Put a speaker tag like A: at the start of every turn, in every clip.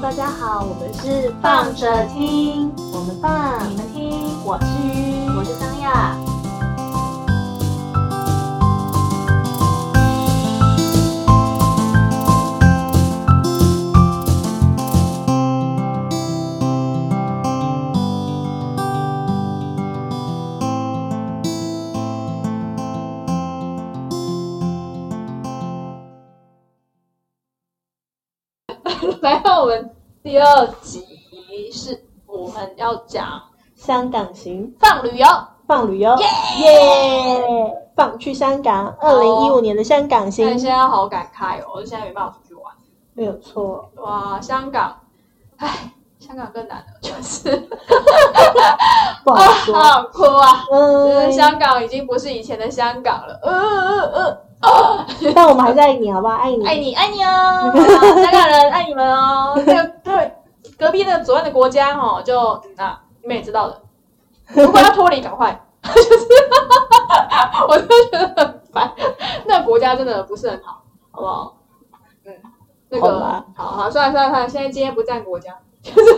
A: 我们
B: 是放着听，
A: 我们放
B: 你们听。
A: 我是
B: 我是张亚，
A: 来到我们第二集，是我们要讲
C: 香港行
A: 放旅游。
C: 放旅游，耶、放去香港，二零一五年的香港行
A: 但，现在好感慨哦，我现在没办法出去玩。
C: 没有错。
A: 哇，香港，唉，香港更难了，就是
C: 不好
A: 啊，好
C: 说，
A: 想哭啊！就是
C: 嗯，
A: 香港已经不是以前的香港了。呃呃呃，
C: 但我们还是爱你，好不好？爱你，
A: 爱你爱你 哦，香港人爱你们哦。这个对隔壁的左岸的国家哦，就啊，你们也知道的。如果要脱离，赶快， 就是我就觉得很烦，那国家真的不是很好，好不好？嗯，那
C: 好
A: 个
C: 吧
A: 好好，算了算了算了，现在今天不站国家， 就是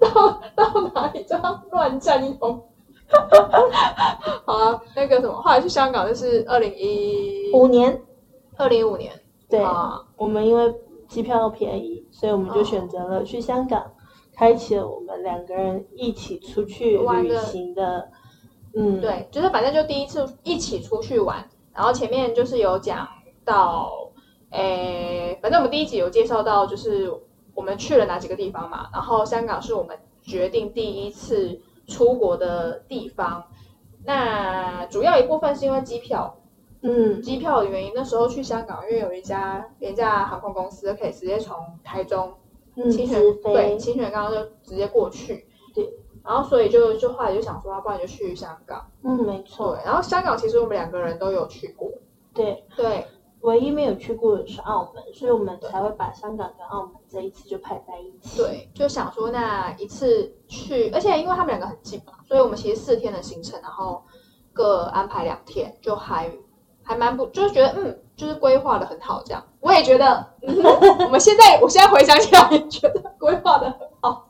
A: 到到哪里就要乱站一通。 好啊，那个什么，后来去香港就是二零一
C: 五年，
A: 二零一五年，
C: 对、
A: 啊
C: 我们因为机票便宜，所以我们就选择了去香港，开启了我们两个人一起出去
A: 玩
C: 旅
A: 的
C: 行的，嗯，，
A: 对，就是反正就第一次一起出去玩，然后前面就是有讲到，诶，反正我们第一集有介绍到，就是我们去了哪几个地方嘛，然后香港是我们决定第一次出国的地方。那主要一部分是因为机票，
C: 嗯，
A: 机票的原因，那时候去香港，因为有一家廉价航空公司可以直接从台中
C: 嗯，
A: 清泉
C: 直
A: 对
C: 飞，
A: 清泉刚刚就直接过去，
C: 对，
A: 然后所以就就后来就想说，要不然就去香港。
C: 嗯，没错，
A: 对，然后香港其实我们两个人都有去过，
C: 对，
A: 对，
C: 唯一没有去过的是澳门，所以我们才会把香港跟澳门这一次就排在一起，
A: 对，就想说那一次去，而且因为他们两个很近嘛，所以我们其实四天的行程，然后各安排两天，就还还蛮不，就是觉得嗯，就是规划的很好这样。我也觉得，嗯、我们现在我现在回想起来也觉得规划的很好。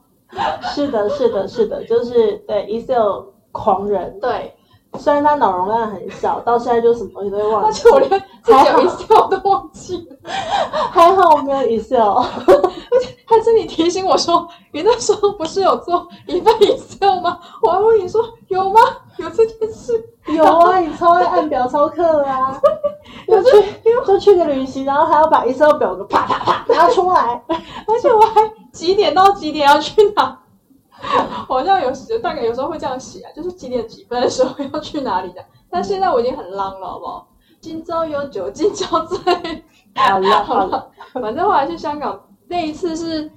C: 是的，是的，是的，就是对 Excel 狂人，
A: 对，
C: 虽然他脑容量很小，到现在就什么东西都会忘
A: 而
C: 记
A: 且。我连自己有一次我都忘记了，
C: 还好我没有 Excel，
A: 还是你提醒我说，你那时候不是有做一份 Excel 吗？我还问你说有吗？有这件事。
C: 有啊，你超爱按表操课的啊。就去就去个旅行，然后还要把 Excel 表格啪啪啪拿出来，
A: 而且我还几点到几点要去哪？ 我好像有时大概有时候会这样写、啊，就是几点几分的时候要去哪里的。但现在我已经很浪了，好不好？今朝有酒今朝醉，
C: 好了
A: 好
C: 好了，
A: 了。 反正后来去香港那一次是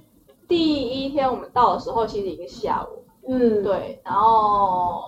A: 第一天，我们到的时候其实已经下午，
C: 嗯，
A: 对。然后，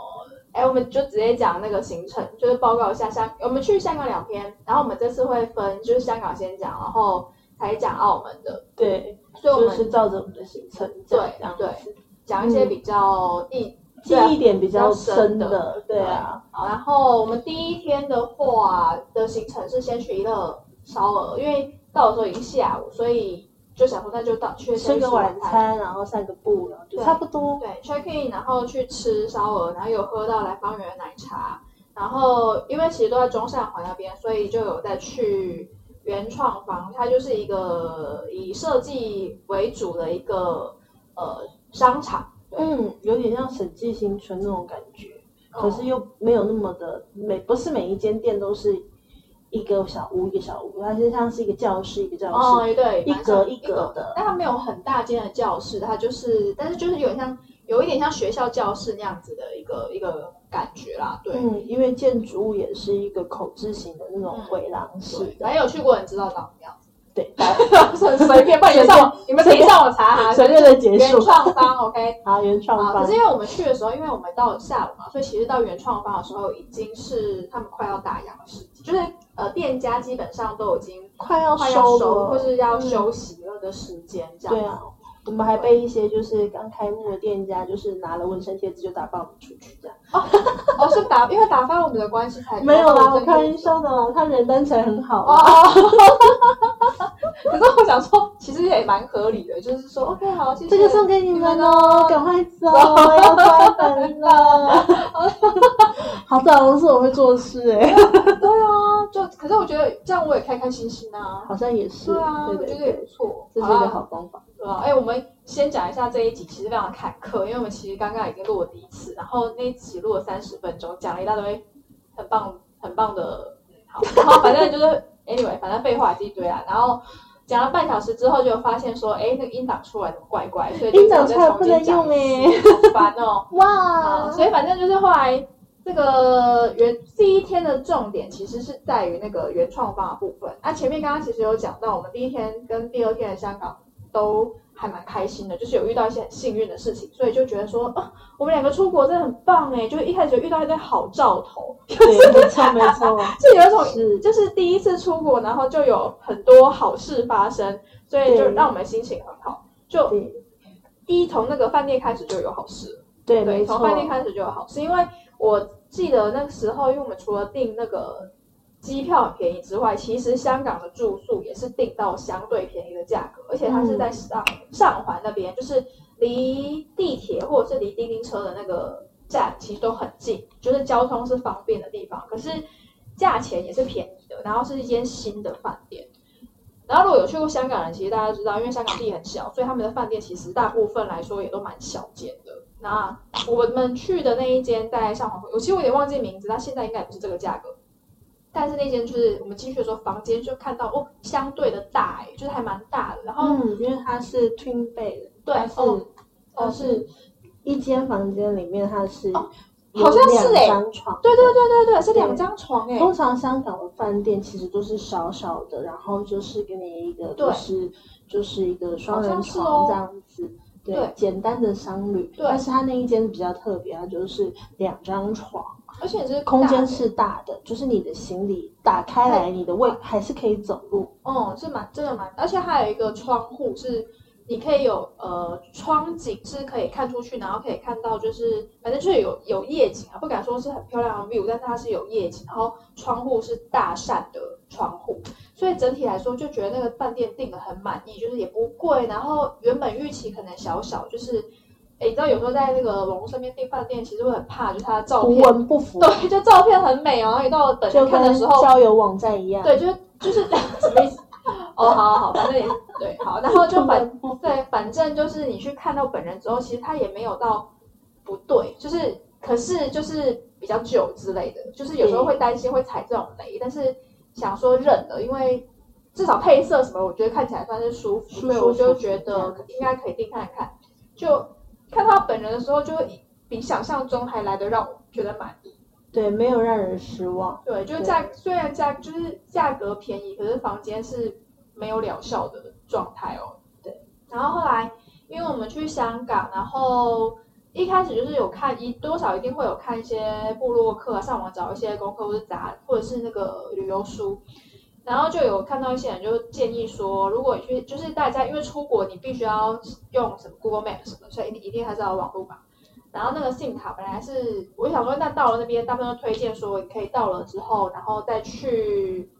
A: 哎，我们就直接讲那个行程，就是报告一下香，我们去香港两天，然后我们这次会分，就是香港先讲，然后才讲澳门的。
C: 对，
A: 所以我
C: 就
A: 们
C: 是照着我们的行程这
A: 对
C: 样
A: 对
C: 子，
A: 讲一些比较地、
C: 记忆点啊比较深
A: 比较深
C: 的，对啊，
A: 好，然后我们第一天的话的行程是先去一乐烧鹅，因为到的时候已经下午，所以就想说那就到去
C: 吃
A: 先去
C: 个晚
A: 餐。
C: 餐，然后散个步，然后就
A: 对
C: 差不多，
A: 对，check in，然后去吃烧鹅，然后有喝到来方圆的奶茶，然后因为其实都在中上环那边，所以就有再去原创房，它就是一个以设计为主的一个呃商场。对
C: 嗯，有点像审计新村那种感觉。可是又没有那么的每不是每一间店都是一个小屋一个小屋，它是像是一个教室一个教室，
A: 哦，对，
C: 一
A: 蛮
C: 格
A: 像
C: 一格的，
A: 但它没有很大间的教室，它就是，但是就是有点像，有一点像学校教室那样子的一个一个感觉啦，对。
C: 嗯，因为建筑物也是一个口字形的那种回廊式
A: 对，
C: 的，
A: 反正有去过的人知道长什么样子，
C: 对，
A: 随随便，不然你们上网，你们自己上网查哈、
C: 随便的结
A: 原
C: 束，
A: 创方，OK
C: 好，啊原创
A: 啊。可
C: 方
A: 是，因为我们去的时候，因为我们到下午嘛，所以其实到原创方的时候，已经是他们快要打烊的时间，就是呃，店家基本上都已经
C: 快要
A: 快要
C: 收
A: 收或
C: 了，
A: 是要休息了的时间，这样子。
C: 对啊我们还被一些就是刚开幕的店家就是拿了纹身贴纸就打发我们出去这样，
A: 哦，是打，因为打发我们的关系才
C: 没有啦，我
A: 真
C: 哦 开玩笑的啦，他人单才很好
A: 哦
C: 啊，
A: 哦，可是我想说，其实也蛮合理的，就是说 OK 好，谢谢。
C: 这
A: 啊
C: 个送给你们哦，赶快走，我要关门 了。好大龙是我会做事哎、
A: 对啊，就可是我觉得这样我也开开心心啊。
C: 好像也是，
A: 对啊，
C: 对
A: 我
C: 对
A: 觉得也
C: 对
A: 不，错。
C: 这是一
A: 啦
C: 个好方法。
A: 对啊，哎、我们先讲一下这一集，其实非常坎坷，因为我们其实刚刚已经录了第一次，然后那一集录了三十分钟，讲了一大堆很棒很棒的，嗯好，然后反正就是 anyway，反正废话也是一堆啊，然后讲了半小时之后，就发现说，哎、那个音档出来怎么怪怪，所以就
C: 音档
A: 只
C: 出
A: 好
C: 来
A: 再
C: 不
A: 重新
C: 能
A: 讲
C: 用
A: 一
C: 哎、
A: 次，好烦哦。啊，
C: 哇，
A: 所以反正就是后来这个原第一天的重点其实是在于那个原创方的部分。那、前面刚刚其实有讲到，我们第一天跟第二天的香港都还蛮开心的，就是有遇到一些很幸运的事情，所以就觉得说，啊，我们两个出国真的很棒哎，就一开始就遇到一堆好兆头，
C: 对，没错没错，
A: 就有一种
C: 是
A: 就是第一次出国，然后就有很多好事发生，所以就
C: 对
A: 让我们心情很好。就
C: 对
A: 第一从那个饭店开始就有好事了。
C: 对
A: 对，
C: 没
A: 从
C: 错，
A: 饭店开始就好，是因为我记得那个时候，因为我们除了订那个机票很便宜之外，其实香港的住宿也是订到相对便宜的价格，而且它是在
C: 嗯
A: 上、上环那边，就是离地铁或者是离叮叮车的那个站其实都很近，就是交通是方便的地方，可是价钱也是便宜的，然后是一间新的饭店。然后如果有去过香港的人，其实大家知道，因为香港地很小，所以他们的饭店其实大部分来说也都蛮小间的。那我们去的那一间在上环，我其实我有点忘记名字，但现在应该也不是这个价格。但是那间就是我们进去的时候，房间就看到哦，相对的大、欸，就是还蛮大的。然后、
C: 嗯，因为它是 twin bed，
A: 对，
C: 它是、
A: 哦，
C: 它
A: 哦是
C: 是一间房间里面它是
A: 哦
C: 有
A: 好像
C: 两
A: 是欸
C: 张床，
A: 对对对对对，是两
C: 对
A: 张床哎、
C: 通常香港的饭店其实都是小小的，然后就是给你一个
A: 对
C: 就是就是一个双
A: 好像
C: 人
A: 是哦
C: 床这样子，对，
A: 对
C: 简单的商旅。
A: 对
C: 但是它那一间比较特别，它就是两张床，
A: 而且是
C: 空
A: 大
C: 间
A: 的
C: 是大的，就是你的行李打开来，你的位还是可以走路。
A: 哦，是蛮真的蛮，而且还有一个窗户是你可以有呃窗景是可以看出去，然后可以看到就是反正就是有有夜景啊，不敢说是很漂亮的 view，但是它是有夜景，然后窗户是大扇的窗户，所以整体来说就觉得那个饭店订的很满意，就是也不贵，然后原本预期可能小小就是。哎，你知道有时候在那个网络上面订饭店，其实会很怕，就是它的照
C: 图
A: 片，
C: 文不符，
A: 对，就照片很美，然后一到本
C: 就
A: 人看
C: 跟
A: 的时候，
C: 交友网站一样。
A: 对，就是就是什么意思？哦，好好好，反正也对，好，然后就反
C: 不
A: 对，反正就是你去看到本人之后，其实他也没有到不对，就是可是就是比较久之类的，就是有时候会担心会踩这种雷，但是想说认了，因为至少配色什么，我觉得看起来算是舒服，
C: 舒
A: 所以我
C: 舒
A: 就
C: 服
A: 觉
C: 这样
A: 得应该可以定看看。就看到本人的时候，就会比想象中还来的让我觉得满意。
C: 对，没有让人失望。
A: 对，就是
C: 对
A: 价虽然价就是价格便宜，可是房间是没有疗效的状态哦。对，然后后来因为我们去香港，然后一开始就是有看一多少一定会有看一些部落客啊，上网找一些功课或者杂或者是那个旅游书。然后就有看到一些人就建议说，如果你去就是大家因为出国你必须要用什么 Google Map 什么，所以你一定还是要有网络吧。然后那个信卡本来是我想说，那到了那边大部分都推荐说，你可以到了之后，然后再去，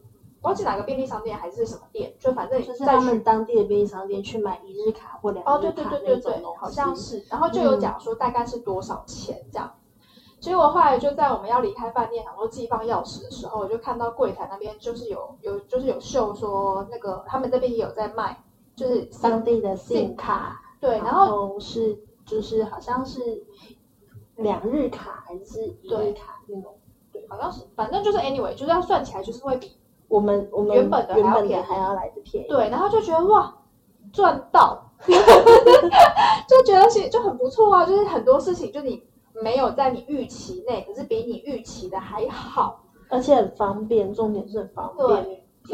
A: 忘记哪个便利商店还是什么店，就反正你
C: 就是
A: 再
C: 他
A: 去
C: 们当地的便利商店去买一日卡或两
A: 哦，对
C: 日
A: 对
C: 卡
A: 对
C: 那
A: 对
C: 种
A: 对
C: 东，西，嗯
A: 好像是。然后就有讲说大概是多少钱这样。结果后来就在我们要离开饭店，想说自己放钥匙的时候，我就看到柜台那边就是有有就是有秀说那个他们这边也有在卖，就是
C: 当地的信卡，
A: 对，然
C: 然
A: 后
C: 后是就是好像是两日卡还是一日卡那种。
A: 好像是反正就是 anyway，就是要算起来就是会比
C: 我们我们
A: 原本的还要
C: 原本
A: 便
C: 的
A: 宜
C: 还要来的便宜，
A: 对，然后就觉得哇，赚到， 就觉得是就很不错啊，就是很多事情就你没有在你预期内，可是比你预期的还好，
C: 而且很方便，重点是很方便。
A: 所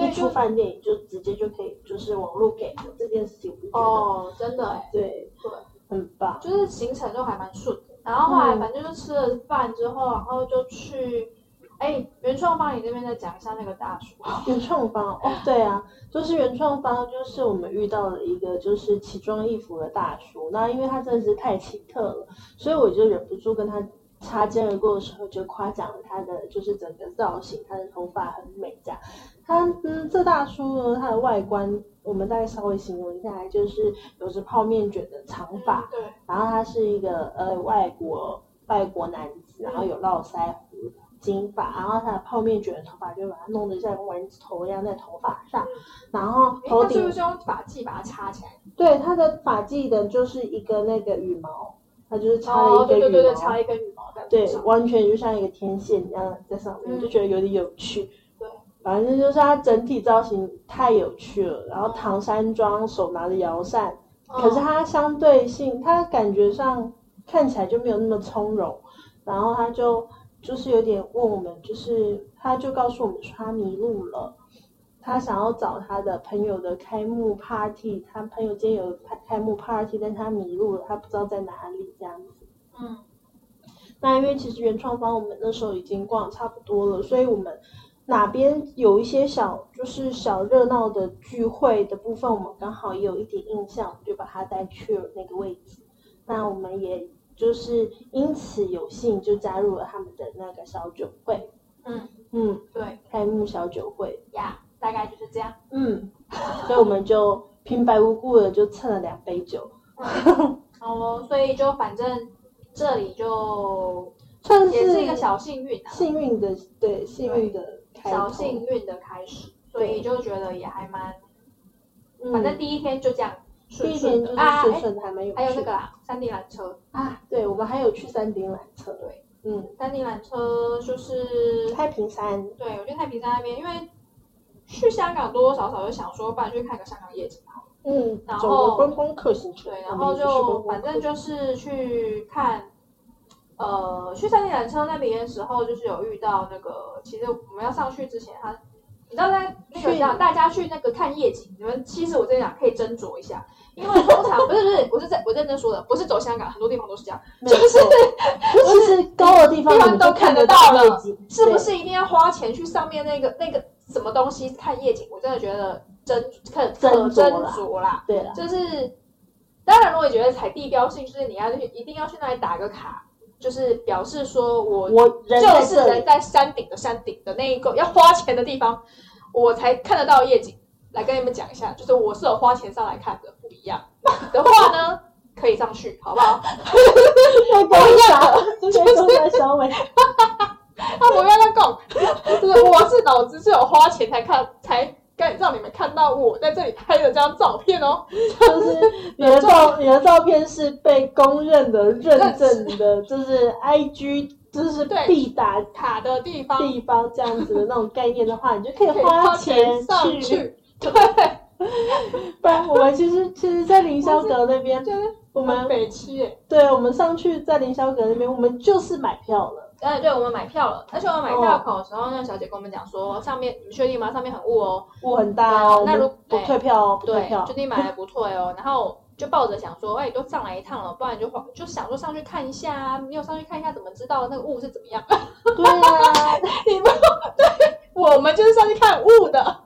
A: 以
C: 一
A: 就
C: 出饭店你就直接就可以，就是网络给的这件事情，我就觉得、
A: 哦，真的哎，
C: 对
A: 对
C: 很棒。
A: 就是行程都还蛮顺的。然后后来
C: 嗯
A: 反正就吃了饭之后，然后就去，哎，原创帮你那边再讲一下那个大叔，
C: 原创方哦，对啊，就是原创方，就是我们遇到了一个就是奇装异服的大叔，那因为他真的是太奇特了，所以我就忍不住跟他擦肩而过的时候就夸奖了他的就是整个造型，他的头发很美这样。它嗯，这大叔呢，它的外观我们大概稍微形容一下来，就是有着泡面卷的长发，
A: 嗯对，
C: 然后他是一个呃外国外国男子，然后有络腮胡、金发，然后他的泡面卷的头发就把它弄得像丸子头一样在头发上，然后
A: 诶
C: 头
A: 那是不
C: 顶
A: 是用发髻把它插起来？
C: 对他的发髻的就是一个那个羽毛，他就是插了
A: 哦，
C: 一
A: 对
C: 个
A: 对
C: 羽
A: 对
C: 毛，
A: 对，插一根羽毛在头
C: 对
A: 上
C: 完全就像一个天线一样在上面，
A: 嗯
C: 就觉得有点有趣。
A: 对，
C: 反正就是它整体造型太有趣了，然后唐三装手拿着摇扇，可是
A: 嗯
C: 它相对性，它感觉上看起来就没有那么从容，然后他就就是有点问我们，就是他就告诉我们说他迷路了，他想要找他的朋友的开幕 party，他朋友间有开开幕 party，但他迷路了，他不知道在哪里这样子。
A: 嗯，
C: 那因为其实原创方我们那时候已经逛得差不多了，所以我们哪边有一些小就是小热闹的聚会的部分，我们刚好也有一点印象，我们就把它带去了那个位置。那我们也就是因此有幸就加入了他们的那个小酒会，
A: 嗯
C: 嗯，
A: 对
C: 开幕小酒会，
A: 呀，大概就是这样。
C: 嗯，所以我们就平白无故的就蹭了两杯酒，
A: 好哦，所以就反正这里就
C: 算
A: 也
C: 是
A: 是一个小幸运啊，
C: 幸运的，对幸运的开
A: 小
C: 头
A: 幸，运的开始，所以就觉得也还蛮，
C: 嗯
A: 反正第一天就这样
C: 第
A: 顺
C: 一
A: 顺
C: 天就
A: 的
C: 是
A: 啊，
C: 顺
A: 哎
C: 顺的，还蛮有趣的。
A: 还有那个啦，山地缆车，
C: 啊，对，我们还有去山顶缆车，
A: 对，
C: 嗯，
A: 山地缆车就是
C: 太平山，
A: 对，我觉得太平山那边，因为去香港多多少少就想说，不然去看个香港夜景吧。
C: 嗯，
A: 然后
C: 走了观光客行程，
A: 对，
C: 我
A: 然
C: 们
A: 后
C: 也嗯是去观
A: 就
C: 光
A: 反
C: 客
A: 正就是去看，呃，去山地缆车那边的时候，就是有遇到那个，其实我们要上去之前，他，你知道在那个
C: 去
A: 让大家去那个看夜景，你们其实我跟你讲可以斟酌一下，因为通常不是不是，我是在我认真说的，不是走香港，很多地方都是这样，
C: 没有 错，就其实高的地方
A: 地
C: 你
A: 方
C: 们
A: 都
C: 就
A: 看
C: 看
A: 得
C: 得
A: 到了
C: 夜景，
A: 是不
C: 对？
A: 是一定要花钱去上面那个那个什么东西看夜景？我真的觉得斟可可
C: 斟酌
A: 斟
C: 啦
A: 酌啦。
C: 对了，
A: 就是，当然，我也觉得踩地标性，就是你要去，一定要去那里打个卡，就是表示说我
C: 我人
A: 就
C: 在
A: 是
C: 这
A: 人
C: 里，
A: 在山顶的山顶的那一个要花钱的地方，我才看得到夜景。来跟你们讲一下，就是我是有花钱上来看的，不一样的话呢，可以上去，好不好？
C: 在高山，在高山小 尾，
A: 他不要再讲，就是我是老子是有花钱才看，才敢让你们看到我在这里拍的这张照片哦。
C: 就是你的照你的照片是被公认的认证的，就是 IG 就是
A: 对
C: 必打
A: 卡的地方
C: 地方这样子的那种概念的话，你就可以
A: 可以花
C: 花
A: 钱
C: 钱
A: 上
C: 去。
A: 去，对，
C: 不然我们其实其实，在凌霄阁那边，
A: 就是
C: 我们
A: 北七耶。
C: 对，我们上去在凌霄阁那边，我们就是买票了。
A: 哎，对，我们买票了，而且我们买票口的时候，那个小姐跟我们讲说，上面你们确定吗？上面很雾哦，
C: 雾很大哦，
A: 那如
C: 我
A: 哎
C: 们不退票哦，不退
A: 对
C: 票，。
A: 确定买了不退哦。然后就抱着想说，哎，都上来一趟了，不然就晃就想说上去看一下啊，没有上去看一下，怎么知道那个雾是怎么样？
C: 对啊，
A: 你们对，我们就是上去看雾的，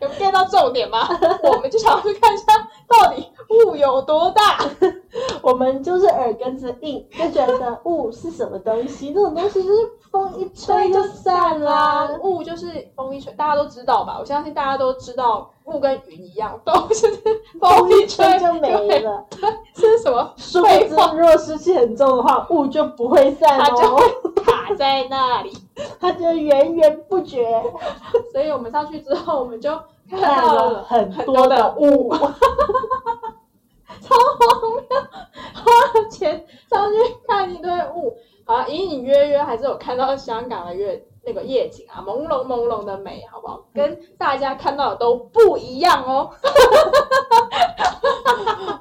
A: 有 get 到重点 吗？我们就想要去看一下到底雾有多大。
C: 我们就是耳根子硬，就觉得雾是什么东西？这种东西就是风一吹就散啦。
A: 雾就是风一吹，大家都知道吧？我相信大家都知道，雾跟云一样，都是 风一吹
C: 吹就没
A: 会
C: 了。
A: 是什么？
C: 殊不知，如果湿气很重的话，雾就不会散
A: 它就
C: 哦，
A: 会卡在那里。
C: 它就源源不绝，
A: 所以我们上去之后，我们就看
C: 看
A: 到
C: 了
A: 了
C: 很
A: 很
C: 多
A: 的
C: 的雾。
A: 超荒谬，花了钱上去看一堆雾，好像隐隐约约还是有看到香港的月那个夜景啊，朦胧朦胧的美，好不好？跟大家看到的都不一样哦。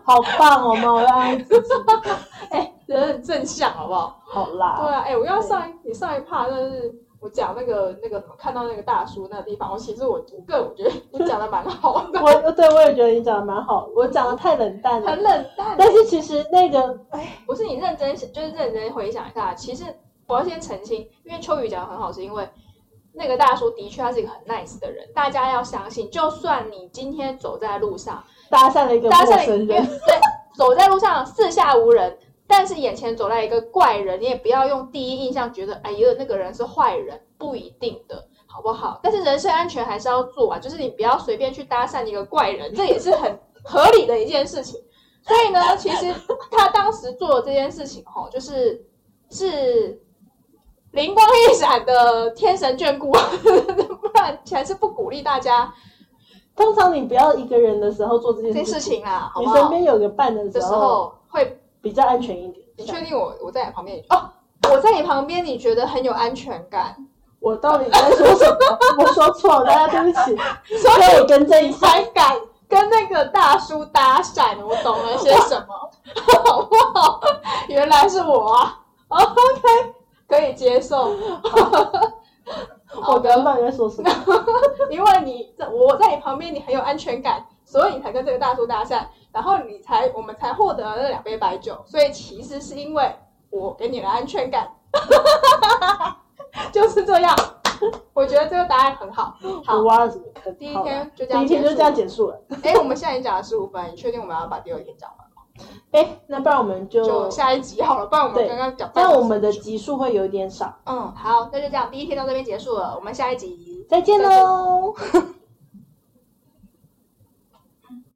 C: 好棒哦，我们要爱自己。
A: 哎，人很正向，好不好？
C: 好
A: 对
C: 啦，
A: 啊，哎，我要上一你上一趴，但是我讲那个那个什么看到那个大叔那个地方，我其实我我个人我觉得我讲的蛮 好的，
C: 我对我也觉得你讲的蛮好，我讲的太冷淡了
A: 很。冷淡。
C: 但是其实那个，哎，
A: 不是你认真想，就是认真回想一下，其实我要先澄清，因为秋雨讲的很好，是因为那个大叔的确他是一个很 nice 的人，大家要相信，就算你今天走在路上，
C: 搭讪了一个
A: 搭
C: 陌
A: 上
C: 生人，
A: 对，走在路上四下无人，但是眼前走来一个怪人，你也不要用第一印象觉得哎呀那个人是坏人，不一定的。好不好？但是人身安全还是要做啊，就是你不要随便去搭讪一个怪人，这也是很合理的一件事情。所以呢，其实他当时做的这件事情，吼，就是是灵光一闪的天神眷顾， 不然还是不鼓励大家
C: 通常你不要一个人的时候做这
A: 这件
C: 件
A: 事
C: 事，
A: 情啦，好
C: 你
A: 不
C: 身
A: 好？
C: 边有个伴的
A: 这
C: 时
A: 时
C: 候
A: 候会，
C: 比较安全一点。
A: 你确定我我在你旁边哦？我在你旁边，你觉得很有安全感，
C: 我到底在说什么？我说错了，大家对不 起，
A: 所以
C: 可以更正一
A: 你
C: 下。
A: 才敢跟那个大叔搭讪，我懂了些什么， 好不好？原来是我啊哦，OK，可以接受。好
C: 我原
A: 的，
C: 本在说什么？
A: 因为你在我在你旁边，你很有安全感，所以你才跟这个大叔搭讪，然后你才我们才获得了那两杯白酒，所以其实是因为我给你的安全感， 就是这样。我觉得这个答案很好。好
C: 我挖了什么坑？
A: 第一
C: 好吧
A: 天就这
C: 第
A: 样
C: 一天
A: 结
C: 就
A: 束
C: 这。样结束了。
A: 哎、我们现在已经讲了十五分，你确定我们要把第二天讲完？
C: 哎，那不然我们
A: 就
C: 就，
A: 下一集好了，不然我们
C: 对
A: 刚刚讲半
C: 但
A: 小时。
C: 我们的集数会有一点少。
A: 嗯，好，那就这样，第一天到这边结束了，我们下一集
C: 再见喽。